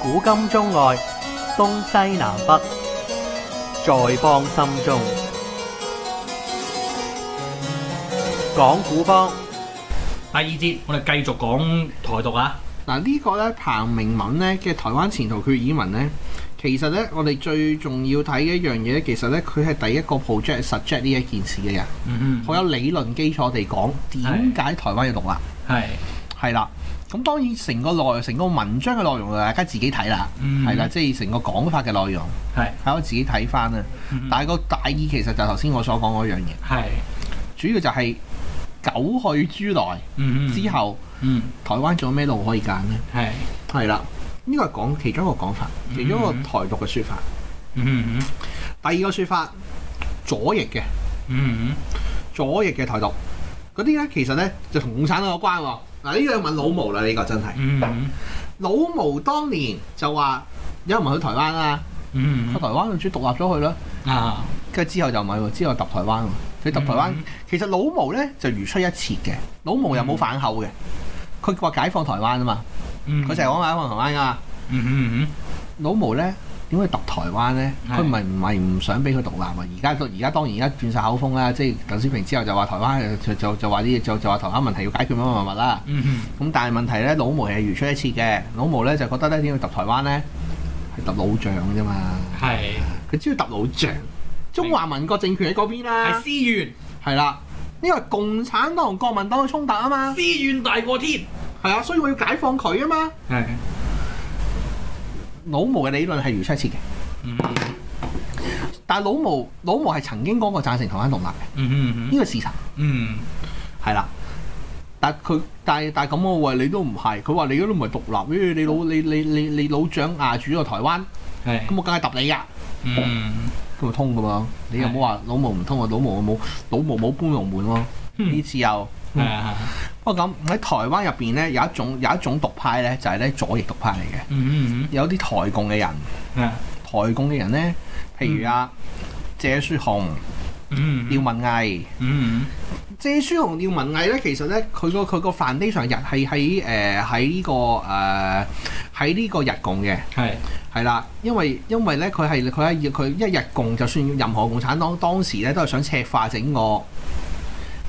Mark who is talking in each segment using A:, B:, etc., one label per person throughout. A: 古今中外，東西南北，在邦心中。講古邦，
B: 第二節我哋繼續講台獨啊，
C: 嗱呢個咧彭明敏咧嘅台灣前途決議文咧，其實咧我哋最重要睇嘅一樣嘢咧，其實咧佢係第一個 project suggest 呢一件事嘅人，
B: 嗯
C: 好有理論基礎地講點解台灣要獨立，
B: 係
C: 係啦。咁當然成個內容成個文章嘅內容，大家自己睇啦，
B: 嗯
C: 係啦、即係成個講法嘅內容，
B: 係
C: 係我自己睇翻啦。
B: 嗯
C: 但係個大意其實就頭先我所講嗰樣嘢，
B: 係
C: 主要就係九去豬來
B: 嗯
C: 之後，
B: 嗯
C: 台灣仲有咩路可以揀呢？
B: 係
C: 係啦，呢個係講其中一個講法，
B: 嗯
C: 其中一個台獨嘅説法。
B: 嗯
C: 第二個説法，左翼嘅
B: 嗯
C: 左翼嘅台獨嗰啲咧，其實咧就同共產黨有關喎。嗱，呢個要問老毛啦，呢、個真係
B: 嗯
C: 老毛當年就話有人民去台灣啦，去
B: 嗯
C: 台灣就主獨立咗佢啦，
B: 啊
C: 跟住之後就唔係喎，之後揼台灣喎，佢揼台灣。
B: 嗯
C: 其實老毛咧就如出一轍嘅，老毛又冇反口嘅，佢話解放台灣啊嘛，
B: 嗯
C: 佢就係講解放台灣噶嘛。
B: 嗯嗯
C: 老毛咧點解揼台灣咧？
B: 係
C: 佢唔係唔係唔想俾佢獨立啊！而家而家當然而家轉晒口風啦，即係鄧小平之後就話台灣就就就話啲就就話台灣問題要解決乜乜乜乜啦。
B: 嗯
C: 咁但係問題咧，老毛係如出一轍嘅。老毛咧就覺得咧點解要揼台灣咧？係揼老將啫嘛，
B: 係
C: 佢只要揼老將。中華民國政權喺嗰邊
B: 係
C: 啦，
B: 思源
C: 係啦，呢個係共產黨同國民黨嘅衝突啊嘛，
B: 思源大過天
C: 係啊，所以我要解放佢啊嘛。
B: 係
C: 老毛嘅理論係如出一轍嘅，
B: 嗯
C: 但係老毛老毛係曾經講過贊成台灣獨立嘅。
B: 嗯
C: 呢個事實
B: 嗯
C: 係啦。但佢但係但係咁我話你都唔係，佢話你都唔係獨立，因為你老你你你你老掌壓住咗台灣，
B: 係
C: 咁我梗係揼你㗎，
B: 嗯
C: 咁咪通㗎嘛？你又冇話老毛唔通啊？老毛冇老毛冇搬龍門喎，呢次又。
B: 係啊
C: 不過咁喺台灣入邊咧，有一種有一種獨派咧，就係、咧左翼獨派嚟嘅，
B: 嗯嗯
C: 有啲台共嘅人，
B: 係
C: 台共嘅人咧，譬如啊、謝書雄、
B: 嗯
C: 廖文毅。
B: 嗯
C: 謝書同廖文毅咧，其實咧佢個佢個 foundation 日係喺誒喺呢個誒喺呢個日共嘅，
B: 係
C: 係啦，因為因為咧佢係佢係佢一日共，就算任何共產黨當時咧都係想赤化整個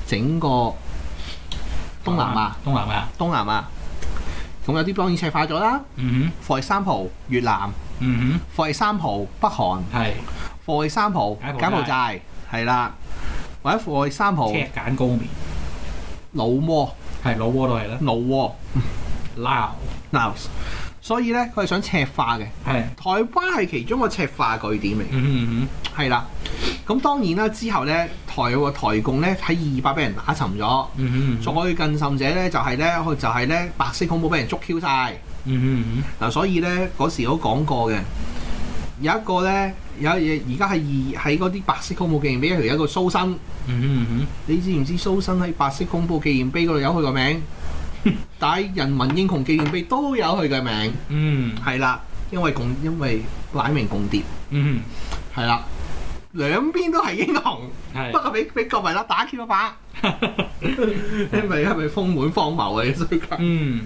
C: 整個東南亞
B: 東南亞
C: 東南亞，咁有啲當然赤化咗啦
B: 嗯
C: ，for example 越南
B: 嗯
C: ，for example 北韓
B: 係
C: ，for example
B: 柬埔寨
C: 柬埔寨，係啦，或者 for example
B: 赤柬高棉
C: 老挝
B: 係老撾都係啦
C: 老撾。
B: Lao
C: 嗱，所以咧佢係想赤化嘅，
B: 係
C: 台灣係其中一個赤化據點嚟，
B: Ừ, 嗯嗯
C: 係啦。咁當然啦，之後咧台台共咧喺二百俾人打沉咗，
B: 嗯
C: 再更甚者咧就係咧佢就係咧白色恐怖俾人捉 Q 晒。
B: Ừ, 嗯
C: 嗱，所以咧嗰時都講過嘅，有一個咧有而家係二喺嗰啲白色恐怖紀念碑嗰度有一個蘇生，
B: 嗯嗯
C: 你知唔知蘇生喺白色恐怖紀念碑嗰度有佢個名？ 但係人民英雄紀念碑都有佢嘅名。
B: ừ, 嗯
C: 係啦，因為共因為擺明共諜，
B: 嗯
C: 係啦，兩邊都係英雄，
B: 係
C: 不過俾俾國民黨打 Q 一把， 你咪係咪豐滿荒謬嘅 所以佢
B: 嗯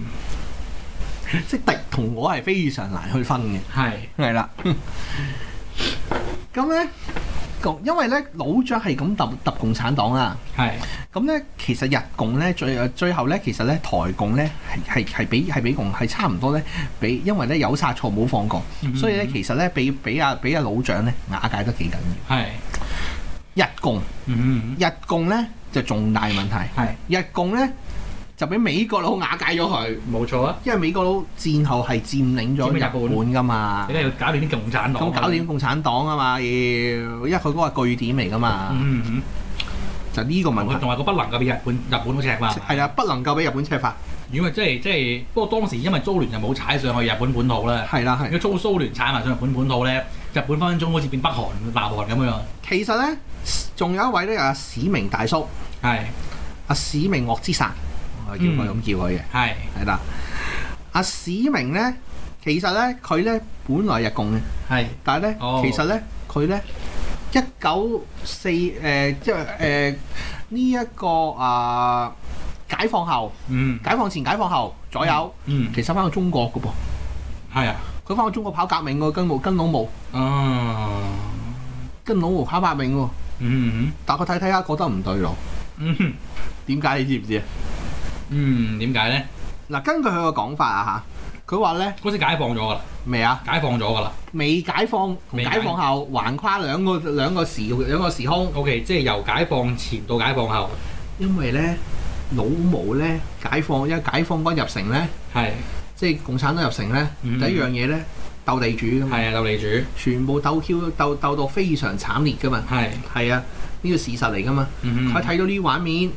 C: 即係敵同我係非常難去分嘅，
B: 係
C: 係啦。 咁咧，共因為咧老將係咁揼揼共產黨啦，
B: 係
C: 咁咧其實日共咧最最後咧其實咧台共咧係係係俾係俾共係差唔多咧俾，因為咧有殺錯冇放過。
B: Ừ,
C: 所以咧，其實咧，俾俾阿俾阿老蔣咧瓦解得幾緊
B: 係
C: 要。日共
B: 嗯
C: 日共咧就重大問題，
B: 係
C: 日共咧就俾美國佬瓦解咗佢，
B: 冇錯啊！
C: 因為美國佬戰後係佔領
B: 佔
C: 咗
B: 領
C: 日
B: 日本
C: 本噶嘛
B: 你，哋要搞掂啲共產黨，
C: 咁搞掂共產黨啊嘛，要因為佢嗰個據點嚟噶
B: Ừ,
C: 嘛，
B: 嗯
C: 就呢個問
B: 佢
C: 題
B: 同埋個不能夠俾日本日本好赤嘛。
C: 係啦，不能夠俾日本赤化，
B: 如果即係即係，不過當時因為蘇聯就冇踩上去日本本土啦。
C: 係啦
B: 如
C: 係。
B: 果蘇蘇聯踩埋上日本本土咧，日本分分鐘好似變北韓、南韓咁樣。
C: 其實咧，仲有一位咧，阿史明大叔，
B: 係
C: 阿史明岳之神，我叫
B: 嗯
C: 佢咁叫佢嘅。
B: 係
C: 係啦。阿史明咧，其實咧佢咧本來日共嘅，
B: 係
C: 但係咧、
B: 哦
C: 其實咧佢咧一九四誒即係誒呢一個啊、解放後、
B: 嗯
C: 解放前、解放後左右，
B: 嗯
C: 其實翻到中國嘅噃。
B: 係啊
C: 佢佢翻去中國跑革命喎，跟跟老毛，
B: 啊，
C: 跟老毛跑革命喎。
B: 嗯
C: 但我睇睇下覺得唔對路，
B: 嗯嗯
C: 點解你知唔知啊？
B: 嗯，點解咧？
C: 嗱，根據佢嘅講法啊嚇，佢話咧
B: 嗰時解放咗㗎啦，
C: 未啊，
B: 解放咗㗎啦。
C: 未解放同
B: 未解
C: 解放後橫跨兩個兩個時兩個時空，
B: O.K. 即係由解放前到解放後，
C: 因為咧老毛咧解放，因為解放軍入城咧，
B: 係
C: 即係共產黨入城咧，
B: 嗯
C: 第一樣嘢咧鬥地主㗎嘛，
B: 係啊，鬥地主
C: 全部鬥 Q 鬥鬥到非常慘烈㗎嘛，
B: 係，
C: 係啊，呢個事實嚟㗎嘛。
B: 嗯
C: 佢睇到呢啲畫面，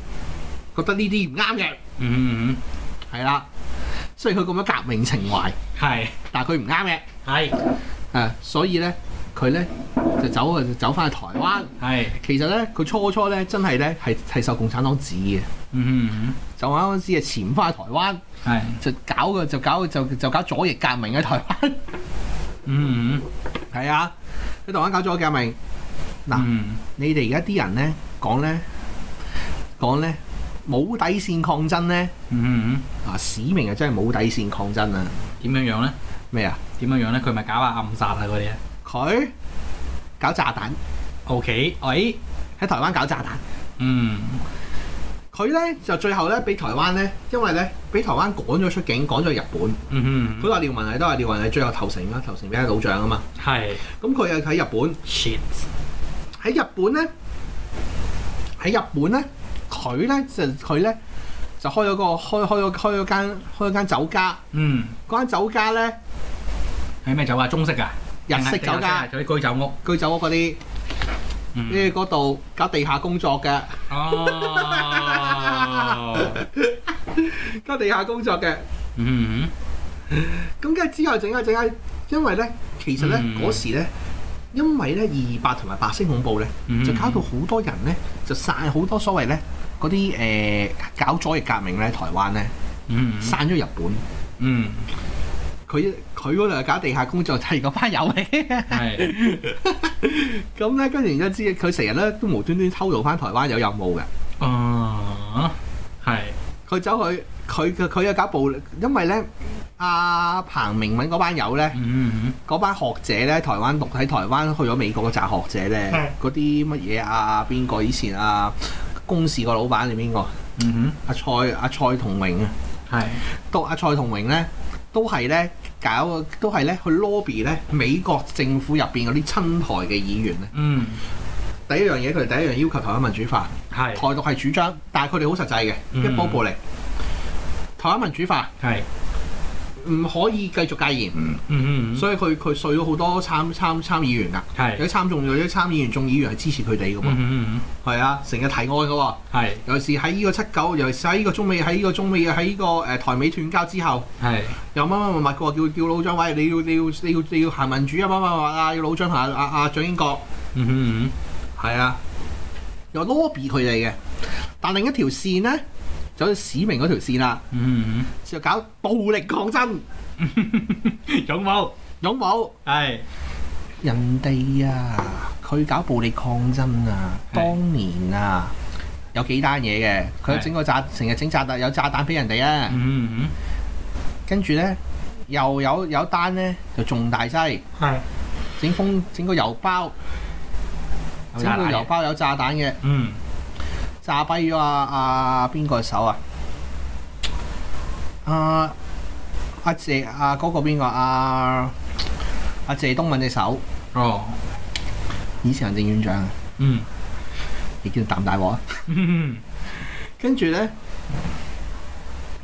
C: 覺得呢啲唔啱嘅，
B: 嗯嗯
C: 係啦。雖然佢咁樣革命情懷，
B: 嗯，係
C: 但係佢唔啱嘅，
B: 係
C: 誒，所以咧佢咧就走啊就走翻去台灣。
B: 係，
C: 其實咧佢初初咧真係咧係係受共產黨指嘅，
B: 嗯嗯
C: 就啱啱先係潛翻去台灣，
B: 嗯係，
C: 就搞個就搞就就搞左翼革命喺台灣。
B: 嗯嗯
C: 係啊，喺台灣搞左翼革命。嗱
B: 嗯
C: 你哋而家啲人咧講咧講咧冇底線抗爭咧，
B: 嗯嗯
C: 啊使命啊真係冇底線抗爭啊！
B: 嗯，點樣樣咧？
C: 咩啊？
B: 點樣樣咧？佢咪搞下暗殺啊嗰啲啊
C: 佢搞炸彈
B: ？O.K. 喂，
C: 喺台灣搞炸彈，
B: 嗯
C: 佢咧就最後咧俾台灣咧，因為咧俾台灣趕咗出境，趕咗去日本。
B: 嗯嗯
C: 佢話廖文毅都係廖文毅最後投誠啦，投誠俾佢老將啊嘛。
B: 係
C: 咁佢又喺日本，
B: shit，
C: 喺日本咧，喺日本咧，佢咧就佢咧就開咗個開開咗開咗間開咗間酒家，
B: 嗯
C: 嗰間酒家咧
B: 係咩酒啊？中式㗎，
C: 日式酒家，
B: 定係啲居酒屋。
C: 居酒屋嗰啲，
B: 嗯
C: 呢嗰度搞地下工作嘅，
B: Oh. 哦，
C: 搞地下工作嘅。
B: 嗯
C: 咁跟住之後整下整下，因為咧，其實咧
B: 嗯
C: 嗰、時咧，因為咧二二八同埋白色恐怖咧，
B: 嗯
C: 就搞到好多人咧，就散好多所謂咧嗰啲誒搞左翼革命咧，台灣咧
B: 嗯
C: 散咗日本。
B: 嗯，
C: 佢佢嗰度係搞地下工作，就係嗰班友嚟。
B: 係
C: 咁咧，跟住然之後知佢成日咧都無端端偷渡翻台灣有任務嘅。
B: 啊，係
C: 佢走去佢佢佢又搞暴力，因為咧阿、彭明敏嗰班友咧。
B: 嗯
C: 嗰班學者咧，台灣讀喺台灣去咗美國嗰扎學者咧，嗰啲乜嘢啊？邊個以前啊？公視個老闆係邊個？
B: 嗯
C: 阿蔡阿蔡同榮啊，
B: 係
C: 都阿蔡同榮咧，都係咧搞，都係咧去 lobby 咧美國政府入邊嗰啲親台嘅議員咧。
B: 嗯
C: 第一樣嘢佢哋第一樣要求台灣民主化，台
B: 係
C: 獨係主張，但係佢哋好實際嘅，
B: 嗯
C: 一波暴力。台灣民主化
B: 係
C: 唔可以繼續戒嚴，
B: 嗯
C: 所以佢佢碎咗好多參參參議員㗎。啊有
B: 係
C: 啲參眾有啲參議員、眾議員係支持佢哋嘅喎，
B: 嗯
C: 係啊，成日提案嘅喎。
B: 係
C: 尤其是喺呢個七九，尤其是喺呢個中美喺呢個中美喺呢個誒台美斷交之後，
B: 係
C: 又乜乜乜乜嘅喎，叫叫老張喂，你要你要你要你要行民主啊乜乜乜啊，要老張同阿阿阿蔣英國，
B: 嗯
C: 係啊，又 lobby 佢哋嘅。但另一條線咧，就好似史明嗰條線啦，
B: 嗯
C: 就搞暴力抗爭，
B: 勇武
C: 勇武。
B: 係
C: 人哋啊，佢搞暴力抗爭啊，
B: 係
C: 當年啊，有幾單嘢嘅，佢
B: 係
C: 整個炸，成日整炸彈，有炸彈俾人哋啊，
B: 嗯
C: 跟住呢，又有有單呢，就仲大劑，
B: 係
C: 整封整個郵包，整個郵包有炸彈嘅，
B: 嗯
C: 炸跛咗啊啊邊個手啊？啊阿謝啊嗰個邊個啊阿謝東敏隻手，
B: 哦
C: 以前行政院長啊，
B: 嗯
C: 你見到啖大鑊啊！
B: 嗯
C: 跟住咧，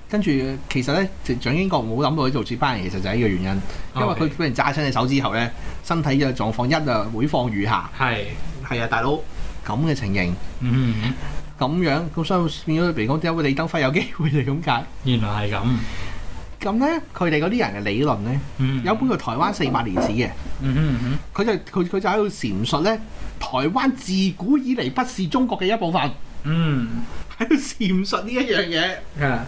C: 跟住其實咧，蔣英國冇諗到佢做接班人，其實就係呢個原因，因為
B: OK
C: 佢俾人揸親隻手之後咧，身體嘅狀況一啊每況愈下。
B: 係
C: 係啊，大佬咁嘅情形，
B: 嗯
C: 咁樣咁所以變咗嚟講，點解李登輝有機會就咁解？
B: 原來係咁
C: 咁咧，佢哋嗰啲人嘅理論咧，
B: 嗯
C: 有本叫《台灣四百年史》嘅，
B: 嗯
C: 佢就佢佢就喺度闡述咧，台灣自古以嚟不是中國嘅一部分，
B: 嗯
C: 喺度闡述呢一樣嘢。
B: 嗯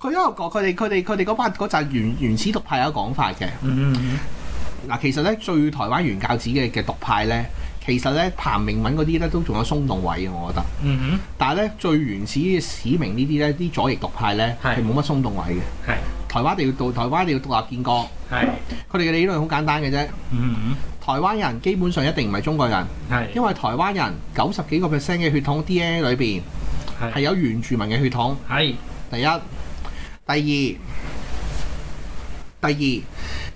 C: 佢因為講佢哋佢哋佢哋嗰班嗰陣原原始獨派有講法嘅。
B: 嗯
C: 嗱，其實咧最台灣原教旨嘅嘅獨派咧，其實咧彭明敏嗰啲咧都仲有鬆動位嘅，我覺得。
B: 嗯
C: 但係咧最原始嘅史明呢啲咧，啲左翼獨派咧
B: 係
C: 係冇乜鬆動位嘅。
B: 係
C: 台灣一定要到台灣一定要獨立建國。
B: 係，
C: 佢哋嘅理論好簡單嘅啫，
B: 嗯
C: 台灣人基本上一定唔係中國人，
B: 嗯，係，
C: 因為台灣人九十幾個 percent 嘅血統 DNA 裏邊係
B: 係
C: 有原住民嘅血統。
B: 係
C: 第一，第二，第二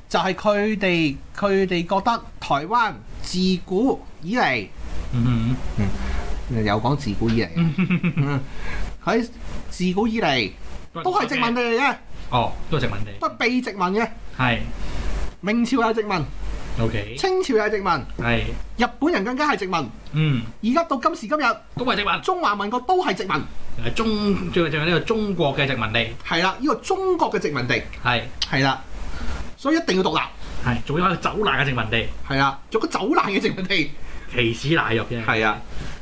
C: 就係佢哋佢哋覺得台灣自古以嚟
B: 嗯
C: 又講自古以嚟，嗯喺自古以嚟
B: 嗯，
C: 都係殖民地嚟嘅，
B: 哦，都係殖民地，
C: 都係被殖民嘅。
B: 係
C: 明朝又係殖民，
B: ，OK，
C: 清朝又係殖民，
B: 係，
C: 日本人更加係殖民。
B: 嗯，
C: 而家到今時今日，
B: 都係殖民，
C: 中華民國都係殖民，
B: 係中最最呢個中國嘅殖民地，
C: 係啦，呢個中國嘅殖民地，
B: 係
C: 係啦，所以一定要獨立，
B: 係，仲有一個走難嘅殖民地，
C: 係啦，做個走難嘅殖民地，
B: 奇恥大辱嘅，
C: 係啊，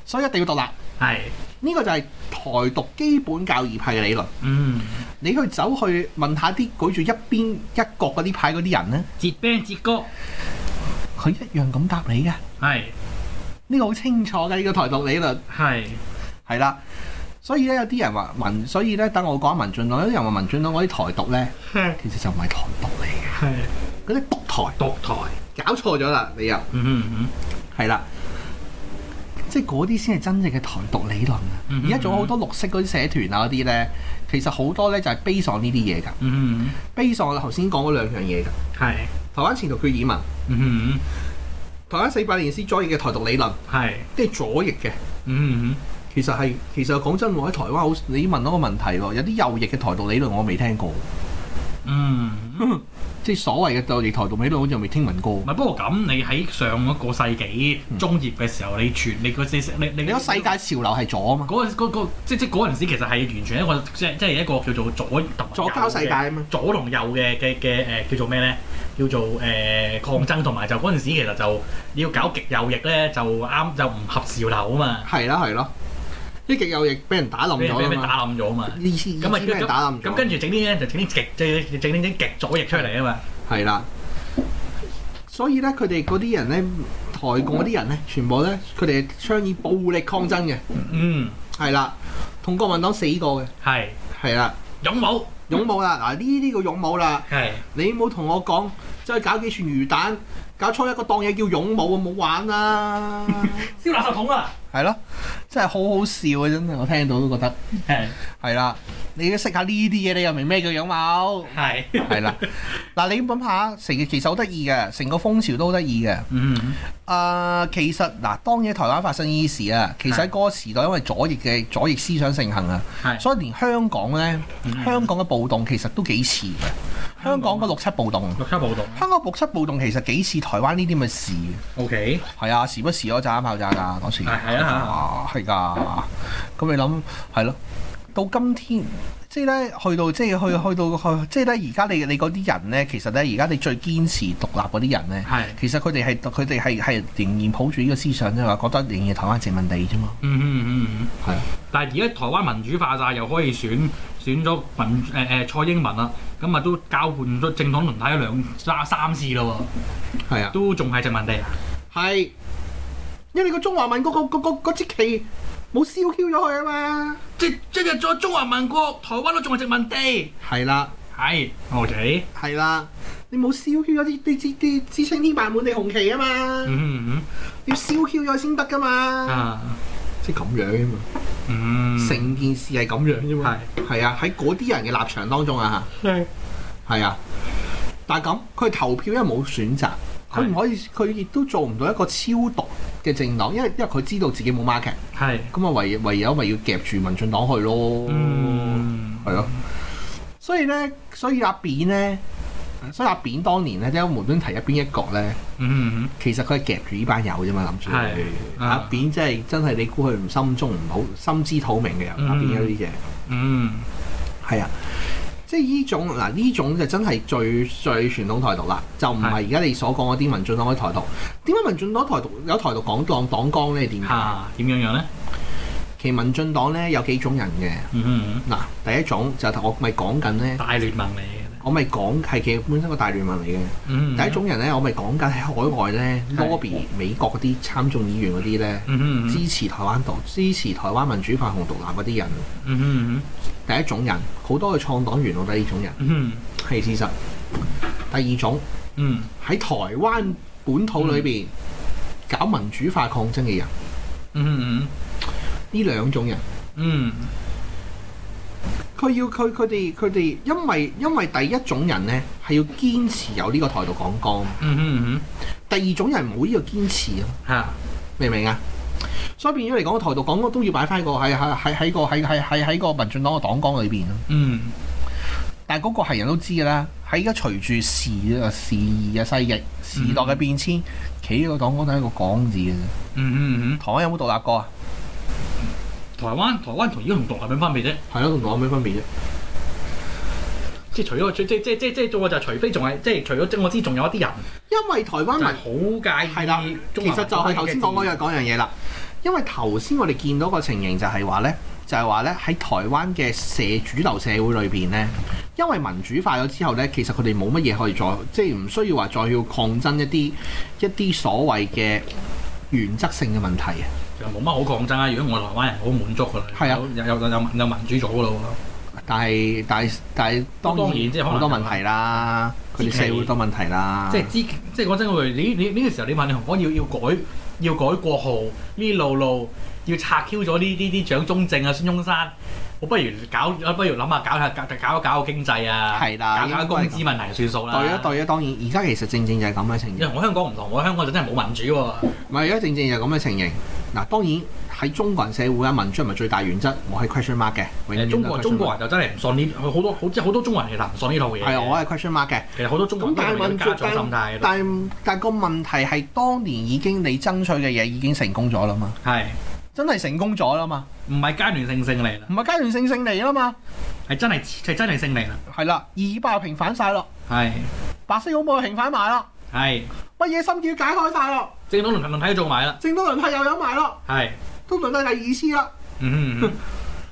C: 所以一定要獨立。
B: 係，
C: 呢個就係台獨基本教義派嘅理論。
B: 嗯，
C: 你去走去問下啲舉住一邊一角嗰啲派嗰啲人呢，
B: 截兵截歌，
C: 佢一樣咁答你嘅。
B: 係
C: 呢個好清楚嘅呢個台獨理論
B: 係
C: 係啦。所以咧有啲人話民，所以咧等我講民進黨，有啲人話民進黨嗰啲台獨呢，
B: 係
C: 其實就唔係台獨
B: 係
C: 嚟嘅，嗰啲獨台
B: 獨台，
C: 搞錯咗啦，你又
B: 嗯嗯
C: 係啦。即係嗰啲先係真正嘅台獨理論啊！
B: 嗯哼
C: 而家仲有好多綠色嗰啲社團啊嗰啲呢，其實好多呢就係 base on 呢啲嘢㗎
B: 嗯嗯，
C: ，base on 我頭先講嗰兩樣嘢㗎。
B: 係，
C: 台灣前途決議文，
B: 嗯
C: 台灣四百年先左翼嘅台獨理論，
B: 係，
C: 即係左翼嘅。
B: 嗯
C: 其實係其實講真喎，喺台灣好，你問我個問題喎，有啲右翼嘅台獨理論我未聽過，
B: 嗯。
C: 即係所謂嘅右翼台獨理論好似未聽聞過
B: 唔。係，不過咁你喺上一個世紀中葉嘅時候，你全你個你你
C: 你個世界潮流係左啊嘛，
B: 嗰嗰個即即嗰陣時，其實係完全一個即即係一個叫做左同右嘅
C: 左交世界啊嘛，
B: 左同右嘅嘅嘅誒叫做咩咧？叫做誒、呃抗爭，同埋就嗰陣時其實就你要搞極右翼咧，就啱就唔合潮流啊嘛，
C: 係啦係咯，啲極右翼俾人打冧
B: 俾人俾
C: 咗啊
B: 人
C: 嘛，
B: 打冧咗啊嘛。
C: 呢次呢
B: 咁啊，
C: 次俾人打冧
B: 咁
C: 咗，
B: 跟住整啲咧就整啲極即整啲整極左翼出嚟啊嘛。
C: 係啦。所以咧，佢哋嗰啲人咧，台共嗰啲人咧，全部咧，佢哋倡議暴力抗爭嘅，
B: 嗯，
C: 係啦，同國民黨死過嘅，
B: 係
C: 係啦。
B: 勇武，
C: 勇武啦！嗱，呢啲叫勇武啦。
B: 係
C: 你冇同我講，走去搞幾串魚蛋，搞初一個檔嘢叫勇武啊，冇玩啦。
B: 燒垃圾桶啊！
C: 係咯，真係好好笑啊！真係，我聽到都覺得
B: 係
C: 係啦。你都識下呢啲嘢，你又明咩叫勇武？
B: 係，
C: 係啦，嗱，你諗下，成其實好得意嘅，成個風潮都好得意嘅。
B: 嗯
C: 啊、其實嗱，當嘢台灣發生呢啲事啊，其實喺嗰個時代，因為左翼嘅左翼思想盛行啊，
B: 係
C: 所以連香港呢，香港嘅暴動其實都幾似嘅，香港嘅六七暴動。
B: 六七暴動
C: 香港六七暴動其實幾似台灣呢啲咁嘅事嘅，
B: ，O K，
C: 係啊，時不時嗰炸炮炸㗎，嗰時
B: 係係啊，
C: 係㗎。咁你諗係咯，到今天即係咧，去到即係去去到去，即係咧而家你你嗰啲人咧，其實咧而家你最堅持獨立嗰啲人咧，
B: 係，
C: 其實佢哋係佢哋係係仍然抱住呢個思想啫嘛，覺得仍然係台灣殖民地啫嘛，
B: 嗯嗯嗯嗯。
C: 係啊，
B: 但係而家台灣民主化晒，又可以選選咗民誒誒、呃蔡英文啦，咁啊都交換咗政黨輪替咗兩三三次咯
C: 係啊
B: 喎，，都仲係殖民地啊！
C: 係，因為你個中華民國嗰嗰嗰支旗冇燒 Q 咗佢啊嘛，
B: 即即係咗中華民國，台灣都仲係殖民地。
C: 係啦。
B: 係，OK，
C: 係啦，你冇燒 Q 咗啲啲啲啲啲青天白滿地紅旗啊嘛，
B: 嗯嗯
C: 你要燒 Q 咗先得噶
B: 嗯
C: 嘛，
B: 啊，
C: 即係咁樣啊嘛，
B: 嗯，
C: 成件事係咁樣啫嘛，係啊，喺嗰啲人嘅立場當中啊
B: 係
C: 嚇，係啊，但係咁佢投票因為冇選擇，佢唔可以，佢亦都做唔到一個超獨嘅政黨，因為因為佢知道自己冇 market，
B: 係，
C: 咁啊唯唯有咪要夾住民進黨去咯，
B: Ừ. 嗯
C: 係咯，所以咧，所以阿扁咧，所以阿扁當年咧，點解無端提一邊一角咧？
B: 嗯
C: 其實佢係夾住呢班友啫嘛，諗住
B: 係
C: 阿
B: 啊
C: 扁真係真係你估佢唔心中唔好心知肚明嘅人，
B: 嗯
C: 阿扁有啲嘢
B: 嗯
C: 係啊，即係呢種嗱呢種就真係最最傳統台獨啦，就唔係
B: 係
C: 而家你所講嗰啲民進黨嘅台獨。點解民進黨台獨有台獨講黨黨綱呢？點
B: 嗯，
C: 解？
B: 嚇點樣樣咧？
C: 其實民進黨咧有幾種人嘅
B: 嗯嗯，
C: 嗱，第一種就係我咪講緊咧
B: 大聯盟嚟嘅，
C: 我咪講係其實本身個大聯盟嚟嘅。
B: 嗯
C: 第一種人咧，我咪講緊喺海外咧
B: 係
C: lobby 美國嗰啲參眾議員嗰啲咧，
B: 嗯哼嗯哼
C: 支持台灣獨支持台灣民主化同獨立嗰啲人。
B: 嗯哼
C: 第一種人，好多嘅創黨員，我覺得呢種人
B: 嗯哼
C: 係事實。第二種
B: 嗯
C: 喺台灣本土裏邊搞民主化抗爭嘅人，
B: 嗯嗯
C: 呢兩種人。
B: 嗯
C: 佢要佢佢哋佢哋，因為因為第一種人呢係要堅持有呢個台獨講綱，
B: 嗯嗯嗯
C: 第二種人冇呢個堅持啊，
B: 嚇
C: 明唔明啊？所以變咗嚟講，台獨講綱都要擺翻個喺喺喺喺個喺喺喺喺個民進黨嘅黨綱裏邊咯。
B: 嗯
C: 但係嗰個係人都知㗎啦。喺而家隨住時啊時移啊世易時代嘅變遷，企呢個黨綱都係一個講字嘅啫。
B: 嗯嗯嗯
C: 台灣有冇獨立過啊？
B: 台灣台灣同而家同獨立有咩分別啫？
C: 係咯，同我有咩分別啫？
B: 即係除咗即即即即即我就除非仲係即係除咗即我知仲有一啲人
C: 因為台灣
B: 就
C: 民
B: 係好
C: 係
B: 介
C: 啦
B: 意，
C: 其
B: 中華
C: 實
B: 民
C: 就
B: 國
C: 係頭先講嗰樣嗰樣嘢啦。因為頭先我哋見到個情形就係話呢，就係話呢，喺台灣嘅社主流社會裏邊呢，因為民主化咗之後呢，其實佢哋冇乜嘢可以再，即係唔需要話再要抗爭一啲一啲所謂嘅原則性嘅問題啊。
B: 就冇乜好抗爭啊！如果我台灣人好滿足㗎啦，
C: 係啊
B: 有有有有有民主咗㗎啦，
C: 但係但係但係當
B: 當然即係可能
C: 好多問題啦，佢哋社會好多問題啦。
B: 即係知即係講真嗰句，你你呢個時候你問你同我要要改要改國號呢路路要拆 Q 咗呢呢啲蔣中正啊孫中山，我不如搞不如諗下搞下搞搞搞個經濟啊，
C: 係啦
B: 搞搞工資問題算數啦。
C: 對啊對啊，當然而家其實正正就係咁嘅情
B: 因
C: 形
B: 為。我香港唔同，我香港就真係冇民主喎、
C: 唔係，而家正正就係咁嘅情形。嗱，當然喺中國人社會啊，民主係咪最大原則？我係 question mark 嘅，永遠啊
B: 誒
C: 都
B: 中
C: question
B: 國
C: mark
B: 中國人就真係唔信呢，好多好即係好多中國人其實唔信呢套嘢嘅。
C: 係啊我係 question mark 嘅。
B: 其實好多中國人都
C: 咁但
B: 係
C: 係
B: 有
C: 民
B: 家
C: 主，
B: 長心態
C: 但
B: 嘅都
C: 但但個問題係當年已經你爭取嘅嘢已經成功咗啦嘛，
B: 係
C: 真係成功咗啦嘛，
B: 唔係階段性勝利啦
C: 唔？係階段性勝利啦嘛，
B: 係真係係真係勝利啦！
C: 係啦，二百平反晒咯，
B: 係
C: 白色恐怖平反埋啦，
B: 係
C: 乜嘢心結解開晒咯，
B: 政黨輪輪替做埋啦，
C: 政黨輪替又有埋咯，
B: 係
C: 都輪替第二次啦，
B: 嗯哼嗯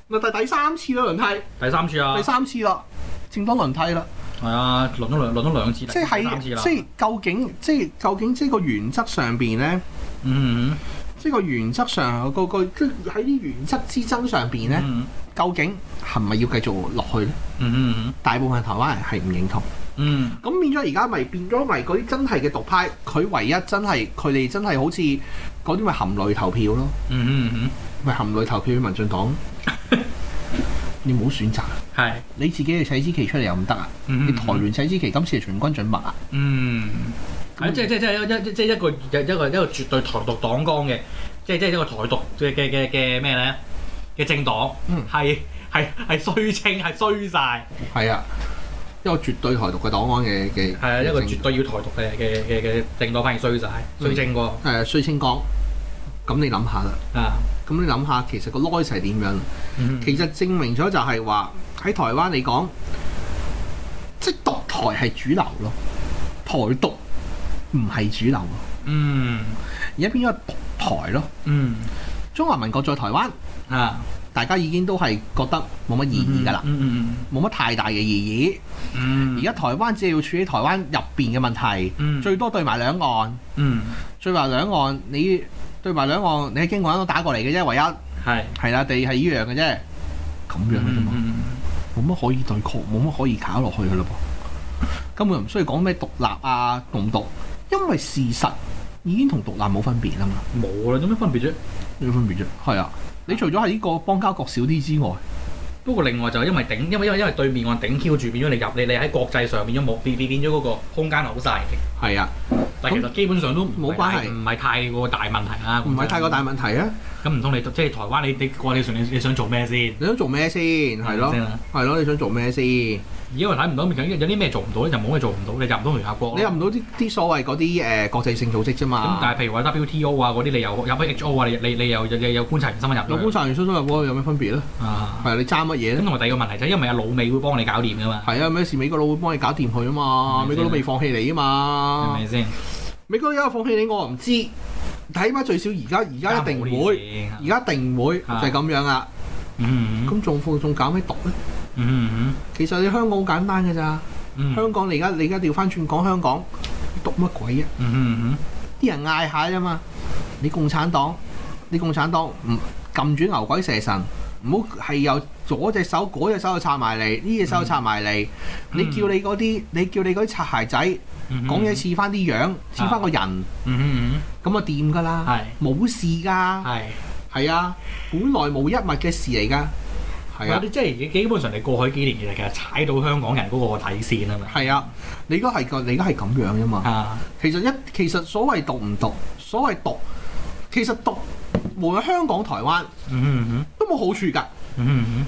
C: 咪第第三次啦輪替，
B: 哼第三次啊
C: 第，三次啦，政黨輪替啦。
B: 係啊，輪咗兩輪咗兩次，
C: 即
B: 第三次
C: 係
B: 啦，
C: 即係究竟即係究竟即係個原則上邊咧，
B: 嗯
C: 即係個原則上個個即係喺啲原則之爭上邊
B: 哼
C: 咧，
B: 嗯
C: 究竟係咪要繼續落去咧？
B: 哼嗯
C: 大部分台灣人係唔認同，
B: 哼嗯
C: 咁變咗而家咪變咗咪嗰啲真係嘅獨派，佢唯一真係佢哋真係好似嗰啲咪含淚投票咯，
B: 嗯嗯
C: 咪含淚投票俾民 進黨。你冇選擇，
B: 嗯係
C: 你自己嘅洗支旗出嚟又唔得啊！
B: 嗯
C: 你台聯洗支旗今次係全軍準墨啊！
B: 嗯，係即係即係即係一一即係一個一個一個絕對台獨黨綱嘅，即係即係一個台獨嘅嘅嘅嘅咩咧嘅政黨
C: 嗯，
B: 係係係衰清係衰晒，
C: 係啊，一個絕對台獨嘅檔案嘅嘅
B: 係啊一個
C: 政
B: 絕對要台獨嘅嘅嘅嘅政黨反而衰晒，衰清過
C: 誒衰清光，咁你諗下啦，
B: 啊，
C: 咁你諗下其實個 noise 係點樣？
B: 嗯
C: 其實證明咗就係話喺台灣嚟講，即係獨台係主流咯，台獨唔係主流咯，
B: 嗯
C: 而家變咗獨台咯。
B: 嗯
C: 中華民國在台灣，
B: 啊
C: 大家已經都係覺得冇乜意義㗎啦，
B: 嗯嗯
C: 冇乜太大嘅意義。
B: 嗯嗯，
C: 而家台灣只係要處理台灣入邊嘅問題，
B: 嗯
C: 最多對埋兩岸，
B: 嗯
C: 對埋兩岸你對埋兩岸你喺經港都打過嚟嘅啫，唯一。
B: 係
C: 係啦，地係依樣嘅啫，咁樣嘅啫嘛，
B: 嗯
C: 冇乜可以對抗，冇乜可以搞落去嘅嘞噃，根本唔需要講咩獨立啊，獨唔獨，因為事實已經同獨立冇分別啦嘛，
B: 嗯冇啦，有咩分別啫？
C: 有咩分別啫？係啊，你除咗係呢個邦交國少啲之外，
B: 不過另外就係因為頂，因為因為因為對面岸頂 Q 住，變咗你入你你喺國際上面咗冇變變變咗嗰個空間好細嘅。
C: 係啊，
B: 但其實基本上都
C: 冇關係
B: 唔係太過大問題啦。
C: 唔係太過大
B: 問
C: 問題啊，
B: 題。咁唔通你即係台灣你你過你想你你想做咩先？
C: 你想做咩先？係
B: 係咪
C: 咯
B: 先，啊
C: 係咯，你想做咩先？你
B: 而家我睇唔到有有啲咩做唔到咧，就冇咩做唔到，你入唔到聯合國
C: 入
B: 咯。
C: 唔到啲啲所謂嗰啲誒國際性組
B: 哦
C: 織啫
B: 咁但
C: 嘛，
B: 係譬如話 WTO 啊嗰啲，你又入咗 HO 啊，你你你又又有觀察員身份入
C: 有
B: 去
C: 官殺員相相入波有咩分別咧？
B: 啊。
C: 係啊，你爭乜嘢咧
B: 咁？同埋第二個問題就係因為阿老美會幫你搞掂噶嘛，
C: 係啊，咩事美國佬會幫你搞掂佢啊嘛，
B: 係咪先啊
C: 美國佬未放棄你啊
B: 係
C: 嘛
B: 咪，先？
C: 美國佬有放棄你我唔知，睇碼最少而家而家一定會，
B: 會
C: 而家一定會就
B: 啊
C: 係咁樣啦。
B: 嗯
C: 咁仲放仲搞咩毒咧？
B: 嗯嗯
C: 其實你香港好簡單嘅咋，
B: 嗯嗯
C: 香港你而家你而家調翻轉講香港，讀乜鬼啊？
B: 嗯嗯
C: 啲人嗌下啫嘛，你共產黨，你共產黨唔撳住牛鬼蛇神，唔好係由左隻手嗰隻手就插埋嚟，呢隻手就插埋嚟。
B: 嗯
C: 你叫你嗰啲，你叫你嗰啲擦鞋仔
B: 嗯，
C: 講嘢似翻啲樣，似翻個人，
B: 嗯嗯
C: 咁啊掂㗎啦，
B: 係
C: 冇事㗎，
B: 係。
C: 係啊，本來冇一物嘅事嚟㗎，係
B: 係啊，
C: 啊
B: 你。即係基本上你過去幾年其實踩到香港人嗰個底線啊嘛。
C: 係啊，你而家係個，你而家係咁樣啫嘛。
B: 啊，
C: 其實一其實所謂讀唔讀，所謂讀，其實讀無論香港、台灣
B: 嗯
C: 都冇好處㗎。
B: 嗯嗯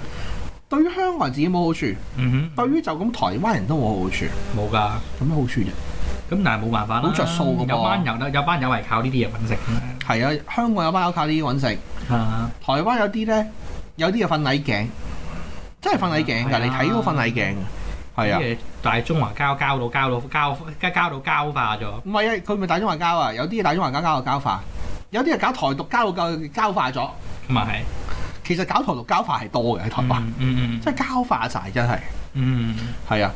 C: 對於香港人自己冇好處，
B: 嗯
C: 對於就咁台灣人都冇好處，
B: 嗯，冇㗎。
C: 有咩好處啫？
B: 咁但係冇辦法啦，
C: 好着數㗎噃
B: 有班友有班友係靠呢啲嘢揾食㗎
C: 係啊，香港有班友靠呢啲揾食，
B: 啊，
C: 台灣有啲呢，有啲係瞓禮鏡，真係瞓禮鏡
B: 係
C: 㗎，
B: 啊
C: 你睇到瞓禮鏡㗎，係啊
B: 啲。嘢但係中華交交到交到交交交到交化咗。
C: 唔係啊，佢咪大中華交啊，有啲嘢大中華交交到交化，有啲係搞台獨交到交化咗。
B: 咁啊係，
C: 其實搞台獨交化係多嘅喺台灣，
B: 嗯嗯
C: 真係交化晒，真係。
B: 嗯
C: 係啊，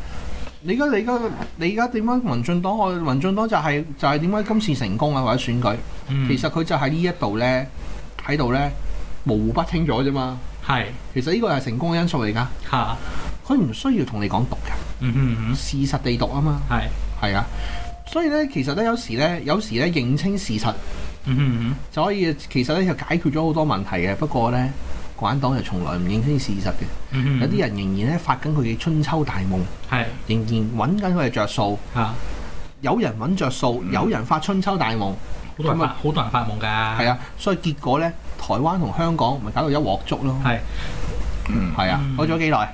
C: 你而家你而家你而家點解民進黨？我民進黨就係、就係點解今次成功啊或者選舉？
B: 嗯，
C: 其實佢就喺呢一度咧，喺度咧模糊不清咗啫嘛。
B: 係
C: 其實呢個係成功嘅因素嚟㗎，
B: 嚇，
C: 佢唔需要同你講讀㗎，
B: 嗯嗯嗯
C: 事實地讀啊嘛，
B: 係，
C: 係啊。所以咧，其實咧有時咧，有時咧認清事實
B: 嗯嗯
C: 就可以，其實咧就解決咗好多問題嘅。不過咧，共產黨就從來唔認清事實嘅，
B: 嗯，
C: 有啲人仍然咧發緊佢嘅春秋大夢，
B: 係
C: 仍然揾緊佢嘅着數。
B: 嚇，好
C: 有人揾着數，
B: 嗯
C: 有人發春秋大夢，
B: 多人發好多人發夢㗎，
C: 啊係啊，所以結果咧，台灣同香港咪搞到一鍋粥咯，
B: 係
C: 係啊
B: 嗯，
C: 過咗幾耐？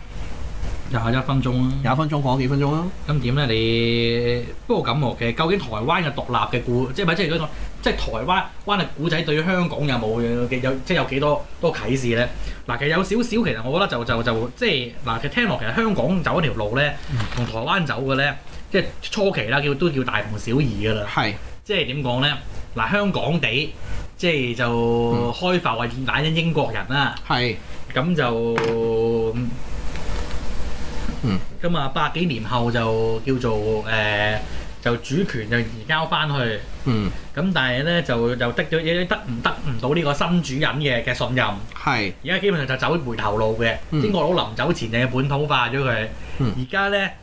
B: 又係一分鐘啦。
C: 廿分鐘講幾分鐘咯，
B: 咁點咧？你不過咁喎，其實究竟台灣嘅獨立嘅故，即係咪即係嗰個，即係台灣灣嘅古仔對香港有冇嘅有即係有幾多多啟示咧？嗱，其實有少少，其實我覺得就就就即係嗱，其實聽落其實香港走嗰條路咧，
C: 嗯
B: 同台灣走嘅咧，即係初期啦，叫都叫大同小異噶啦。
C: 係
B: 即係點講咧？嗱，香港地即係
C: 嗯
B: 就開埠係懶因英國人啊啦。
C: 係
B: 咁就
C: 嗯，
B: 咁啊百幾年後就叫做誒、呃就主權就移交翻去，
C: 嗯
B: 咁但係咧就又得咗得唔得唔到呢個新主人嘅嘅信任，而
C: 係
B: 家基本上就走回頭路嘅，
C: 嗯
B: 英國佬臨走前就要本土化咗佢，
C: 嗯
B: 而家咧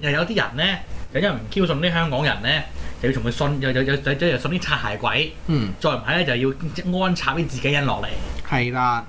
B: 又有啲人咧就因為唔 Q 信啲香港人咧，就要同佢信又又又又又信啲擦鞋鬼，
C: 嗯
B: 再唔係咧就要安插啲自己人落嚟。
C: 係啦，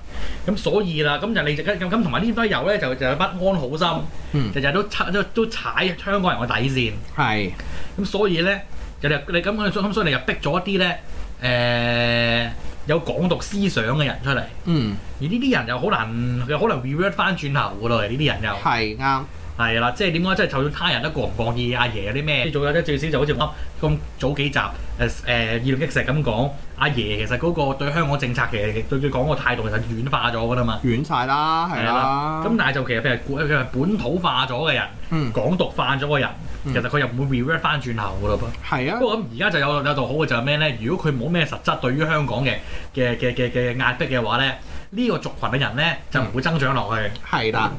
B: 咁所以啦，咁就你就咁咁同埋呢堆友咧，就就有不安好心，
C: 嗯
B: 日日都踩都都踩香港人個底線。
C: 係
B: 咁所以咧，就你你咁咁所以你又逼咗一啲咧誒有港獨思想嘅人出嚟，而
C: 嗯
B: 呢啲人又好難，佢好難 revert 翻轉頭噶咯。呢啲人又
C: 係啱
B: 係啦，即係點講？即係就算他人都過唔過意，阿爺有啲咩做有啲最少就好似我啱咁早幾集誒誒議論激石咁講，阿爺其實嗰個對香港政策其實對佢講個態度其實軟化咗噶啦嘛。
C: 遠晒啦，係
B: 係
C: 啦，
B: 咁但係就其實佢係本佢係本土化咗嘅人，
C: 嗯
B: 港獨化咗嘅人，
C: 嗯
B: 其實佢又唔會 revert 翻轉頭噶咯噃。
C: 係啊
B: 不，過咁而家就有有度好嘅就係咩咧？如果佢冇咩實質對於香港嘅嘅嘅嘅嘅壓迫嘅話咧，呢、個族群嘅人咧就唔會增長落去。
C: 係啦，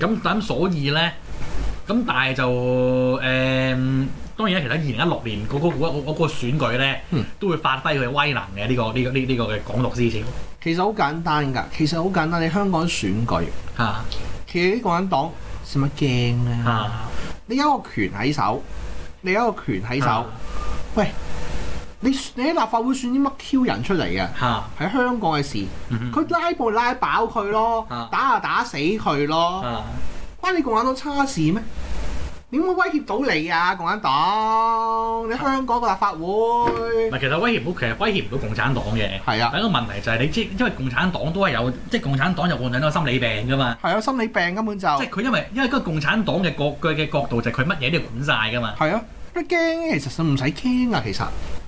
B: 咁咁所以咧，咁但係就誒、當然啦，其實二零一六年嗰、個嗰、個嗰個選舉咧，
C: 嗯
B: 都會發揮佢威能嘅呢、個呢、個呢呢、個嘅港獨思潮
C: 其實好簡單㗎，其實好簡單，你香港選舉，
B: 嚇
C: 其實呢個人黨使乜驚咧？
B: 嚇
C: 你有一個權喺手，你有一個權喺
B: 啊
C: 手，你你喺立法會選啲乜 Q 人出嚟嘅？
B: 嚇
C: 喺香港嘅事，
B: 嗯
C: 佢拉布拉飽佢咯
B: 啊，
C: 打啊打死佢咯，
B: 啊
C: 關你共產黨差事咩？點會威脅到你啊？共產黨，
B: 啊
C: 你香港個立法會
B: 嗱，其實威脅唔到，其實威脅唔到共產黨嘅。
C: 係
B: 第
C: 啊，
B: 一個問題就係你即因為共產黨都係有，即係共產黨有共產黨心理病㗎嘛。
C: 係啊，心理病根本就
B: 即係
C: 係
B: 佢因為因為嗰個共產黨嘅角佢嘅角度就係佢乜嘢都要管晒㗎嘛。
C: 啊，你驚其實唔使驚啊，其實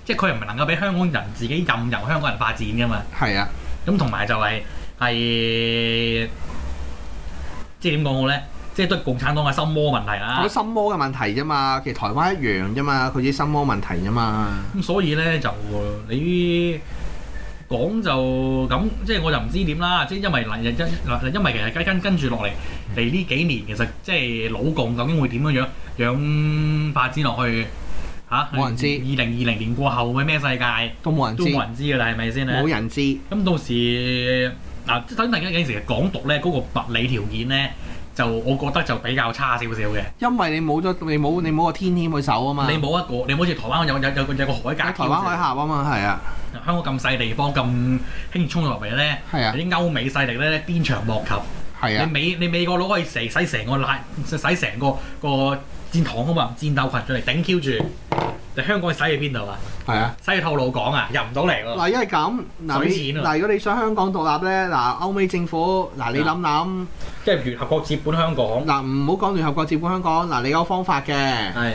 B: 即係佢唔能夠俾香港人自己任由香港人發展㗎嘛。
C: 係啊，
B: 咁同埋就係、係即係點講好咧？即係都係共產黨嘅心魔問題啦
C: 我。心魔嘅問題啫嘛，其實台灣一樣啫嘛，佢啲心魔問題啫嘛，
B: 咁所以咧就你講就咁，即係我就唔知點啦。即係因為嗱，因因因為其實跟跟跟住落嚟嚟呢幾年，其實即係老共究竟會點樣樣？樣發展落去嚇？
C: 冇人知
B: 二零二零年過後會咩世界
C: 都冇人知
B: 都，冇人知㗎啦，係咪先咧
C: 冇？人知。
B: 咁到時嗱，即係等大家有陣時港獨咧，嗰、個物理條件咧，就我覺得就比較差少少嘅。
C: 因為你冇咗你冇你冇個天險去守啊嘛，
B: 你冇一個，你冇好似台灣有有有個有個海
C: 喺
B: 格，
C: 台灣海峽啊嘛，係啊
B: 香港咁細地方咁輕衝落嚟咧，
C: 係啊
B: 有啲歐美勢力咧鞭長莫及。
C: 係
B: 你
C: 啊，
B: 美你美國佬可以成使成個拉使成個個戰堂啊嘛，戰鬥群出嚟頂 Q 住。你香港使去邊度啊？
C: 係啊。
B: 使去吐露港啊？入唔到嚟喎。
C: 嗱，因為咁，嗱
B: 水
C: 你
B: 錢啊
C: 嗱，如果你想香港獨立咧，嗱歐美政府，嗱你諗諗，
B: 即係聯合國接管香港。
C: 嗱唔好講聯合國接管香港，嗱你有方法嘅，
B: 係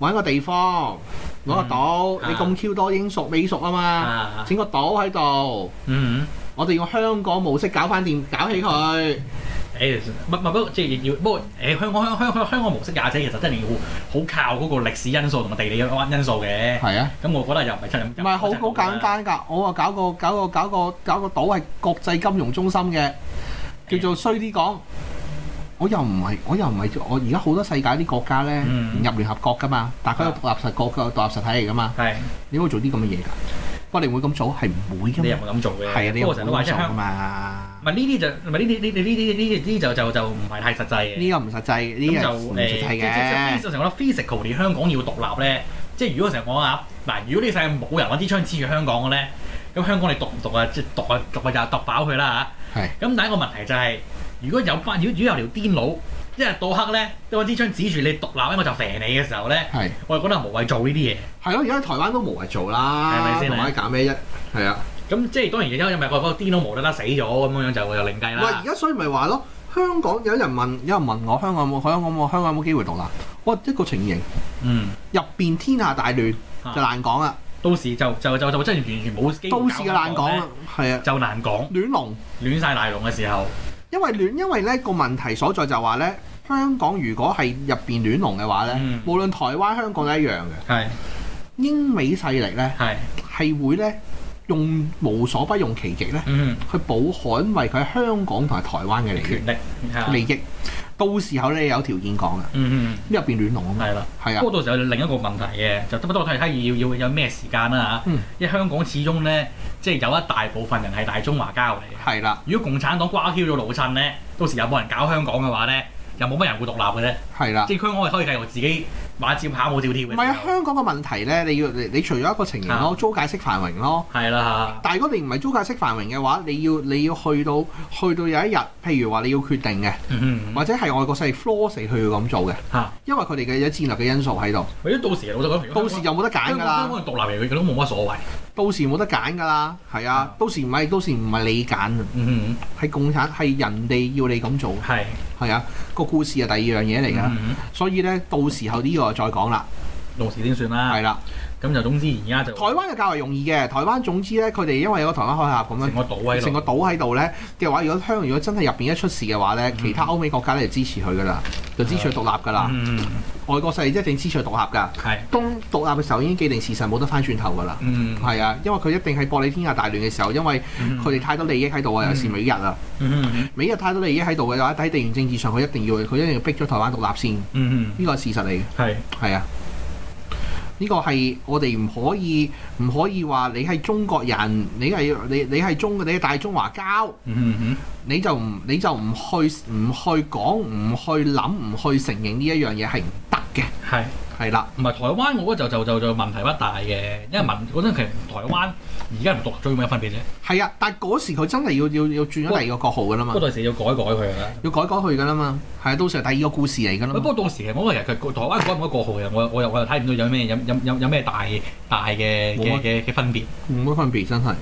C: 揾個地方，攞個島，
B: 嗯
C: 你咁 Q 多英屬美屬啊嘛，
B: 啊，
C: 整個島喺度，
B: 嗯。
C: 我哋用香港模式搞翻掂，搞起佢，
B: 誒，唔唔不過即係要，不過誒香港香香香香港模式廿四其實真係要好靠嗰個歷史因素同埋地理因因素嘅。
C: 係啊，
B: 咁我覺得又唔係真係咁。
C: 唔係好好簡。單㗎，我話搞個搞個搞個搞個島係國際金融中心嘅，叫做衰啲講。我又唔係，我又唔係，我而家好多世界啲國家咧、
B: 嗯
C: 入聯合國㗎嘛，但係佢有獨立實國嘅獨立實體嚟㗎嘛。
B: 係，
C: 你會做啲咁嘅嘢㗎？不過你會咁做係唔會㗎
B: 你又
C: 嘛？
B: 冇咁做嘅。
C: 係啊，你
B: 不
C: 又
B: 過
C: 唔
B: 我成日都話
C: 會咁
B: 即係
C: 做㗎
B: 香，
C: 嘛
B: 唔？係呢啲就唔係呢啲呢呢呢呢呢呢啲就就就唔係太實際嘅。
C: 呢個唔實際，呢
B: 咁
C: 個
B: 就
C: 唔
B: 誒，
C: 實際
B: 即係
C: 嘅
B: 即。係成日覺得 physical 你香港要獨立咧，即係如果成日講啊，嗱，如果你世界冇人揾支槍指住香港嘅咧，咁香港你獨唔獨啊？即係獨啊獨啊就獨飽佢啦嚇。
C: 係
B: 咁第一個問題就係、如果有班如果如果有條癲佬一日到黑咧都揾支槍指住你獨立，我就肥你嘅時候咧，
C: 係
B: 我就覺得無謂做呢啲嘢。
C: 係咯，而家台灣都無謂做
B: 係
C: 啦
B: 咪，先
C: 同埋搞咩啫？係啊，
B: 咁即係當然而家因為個個癲佬無啦啦死咗咁樣就又另計
C: 喂，
B: 啦
C: 而。家所以咪話咯，香港有人問，有人問我香港有冇香港有冇香港有冇機會獨立？我一個情形
B: 嗯，
C: 入邊天下大亂
B: 啊
C: 就難講啦，
B: 到時就就就就真係完全冇機會
C: 都市嘅
B: 搞
C: 難
B: 香港
C: 講
B: 咧
C: 啦，係啊，
B: 就難講，
C: 亂龍。
B: 亂晒大龍嘅時候，
C: 因為亂，因為咧個問題所在就話咧，香港如果係入邊亂龍嘅話咧，
B: 嗯
C: 無論台灣、香港都一樣嘅。
B: 係
C: 英美勢力咧
B: 係
C: 係會咧用無所不用其極咧
B: 嗯。
C: 去保捍衞佢香港同埋台灣嘅利益
B: 權力嚇
C: 利益。到時候咧有條件講嘅，
B: 嗯
C: 入邊亂龍啊
B: 嗯，
C: 嘛，
B: 係啦。
C: 係啊
B: 不，過到時候有另一個問題嘅，就不過睇睇要要要有咩時間啦嚇。
C: 嗯
B: 因為香港始終咧，即係有一大部分人係大中華交嚟嘅。
C: 係啦，
B: 如果共產黨瓜 Q 咗老襯咧，到時有冇人搞香港嘅話咧，又冇乜人會獨立嘅啫。
C: 係啦。
B: 即係香港係可以繼續自己馬照跑，舞照跳嘅。
C: 唔係啊，，香港嘅問題咧，你要你你除咗一個情形咯，租界式繁榮咯。
B: 係啦
C: 但係如果你唔係租界式繁榮嘅話，你要你要去到去到有一日，譬如話你要決定嘅，
B: 嚇。嗯嗯。
C: 或者係外國勢力 force 佢去咁做嘅，
B: 嚇，
C: 因為佢哋嘅有戰略嘅因素喺度，
B: 或者到時老實講，如果
C: 到時
B: 香
C: 就冇得
B: 港
C: 揀㗎
B: 香
C: 啦，
B: 港嘅獨立嚟，佢都冇乜所謂。
C: 到時冇得揀㗎啦，係啊
B: 啊，
C: 到時唔係到時唔係你揀啊，
B: 嗯
C: 係共產係人哋要你咁做
B: 嗯，，係
C: 係啊，個故事係第二樣嘢嚟㗎，
B: 嗯嗯
C: 所以咧到時候呢個再講啦，
B: 到時先算
C: 係
B: 啦。
C: 啦，
B: 咁就總之而家就
C: 台灣就較為容易嘅，台灣總之咧佢哋因為有個台灣海峽咁樣
B: 成。個島喺度
C: 成個島喺度咧嘅話，如果香港如果真係入邊一出事嘅話咧，
B: 嗯
C: 其他歐美國家咧就支持佢噶啦，就支持佢獨立噶啦，
B: 嗯，嗯
C: 外國勢力一定支持佢獨立噶。
B: 嗯係。
C: 當獨立嘅時候已經既定事實，冇得翻轉頭噶啦。
B: 嗯，
C: 係啊，因為佢一定係博你天下大亂嘅時候，因為佢哋太多利益喺度
B: 嗯
C: 啊，尤其是美日啊，
B: 嗯
C: 美日太多利益喺度嘅話，喺地緣政治上佢一定要佢一定要逼咗台灣獨立先，呢
B: 嗯嗯，
C: 個係事實嚟嘅，
B: 係
C: 係啊。呢個係我哋唔可以唔可以話你係中國人，你係你你係中你係大中華交。
B: 嗯嗯
C: 你就唔你就唔去唔去講唔去諗唔去承認呢一樣嘢係唔得嘅，
B: 係，
C: 係啦，
B: 唔係台灣我覺得就就就就問題不大嘅，因為民嗰陣其實台灣而家唔獨立咗有咩分別啫？
C: 係啊，但係嗰時佢真係要要要轉咗第二個國號噶啦
B: 不
C: 嘛
B: 過，到時要改改佢㗎啦。
C: 要改改去噶啦嘛，係啊，到時係第二個故事嚟噶啦
B: 不
C: 嘛，
B: 過到時我覺得其實台灣改唔改國號嘅，我我又我又睇唔到有咩有有有有咩大大嘅嘅嘅嘅分別。
C: 冇乜分別真係，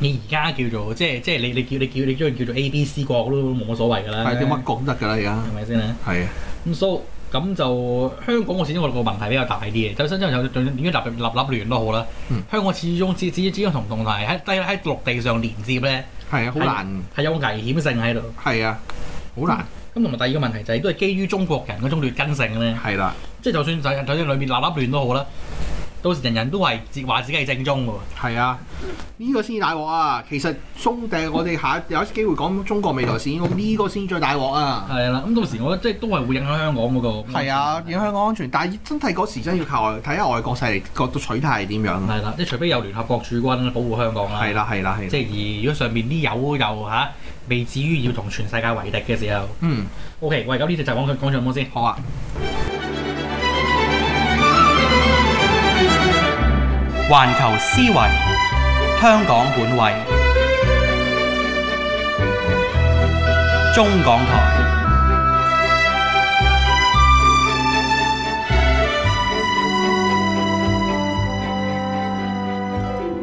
B: 你而家叫做即係即係你你叫你叫你將佢叫做 A B C 國都冇乜所謂㗎啦，
C: 係啲乜講得噶啦而家，
B: 係咪先啊？
C: 係啊，
B: 咁 so 咁就香港我始終我個問題比較大啲嘅，就算真係有點解立立立亂都好啦。
C: 嗯
B: 香港始終始始始終同同埋喺低喺陸地上連接咧，
C: 係啊，好難，
B: 係有危險性喺度。
C: 係啊，好難，
B: 咁同埋第二個問題就係、都係基於中國人嗰種劣根性咧，
C: 係啦，
B: 即係就算就就算裏面立立亂都好啦，到時人人都係自話自己係正宗嘅喎。
C: 係啊，呢、個先大鑊啊！其實中定我哋下有機會講中國未來線，咁呢個先最大鑊啊！
B: 係啦，咁到時我覺得即係都係會影響香港嗰個。
C: 係啊，影響香港安全，但係真係嗰時真係要靠外睇下外國勢力個取態係點樣。
B: 係啦，即係除非有聯合國駐軍啊保護香港啦。
C: 係啦，係啦，係啦。
B: 即係而如果上面啲友又嚇未至於要同全世界為敵嘅時候
C: 嗯，
B: ，OK，喂，咁呢度就講講上網先。
C: 好啊。
A: 環球思維，香港本位，中港台。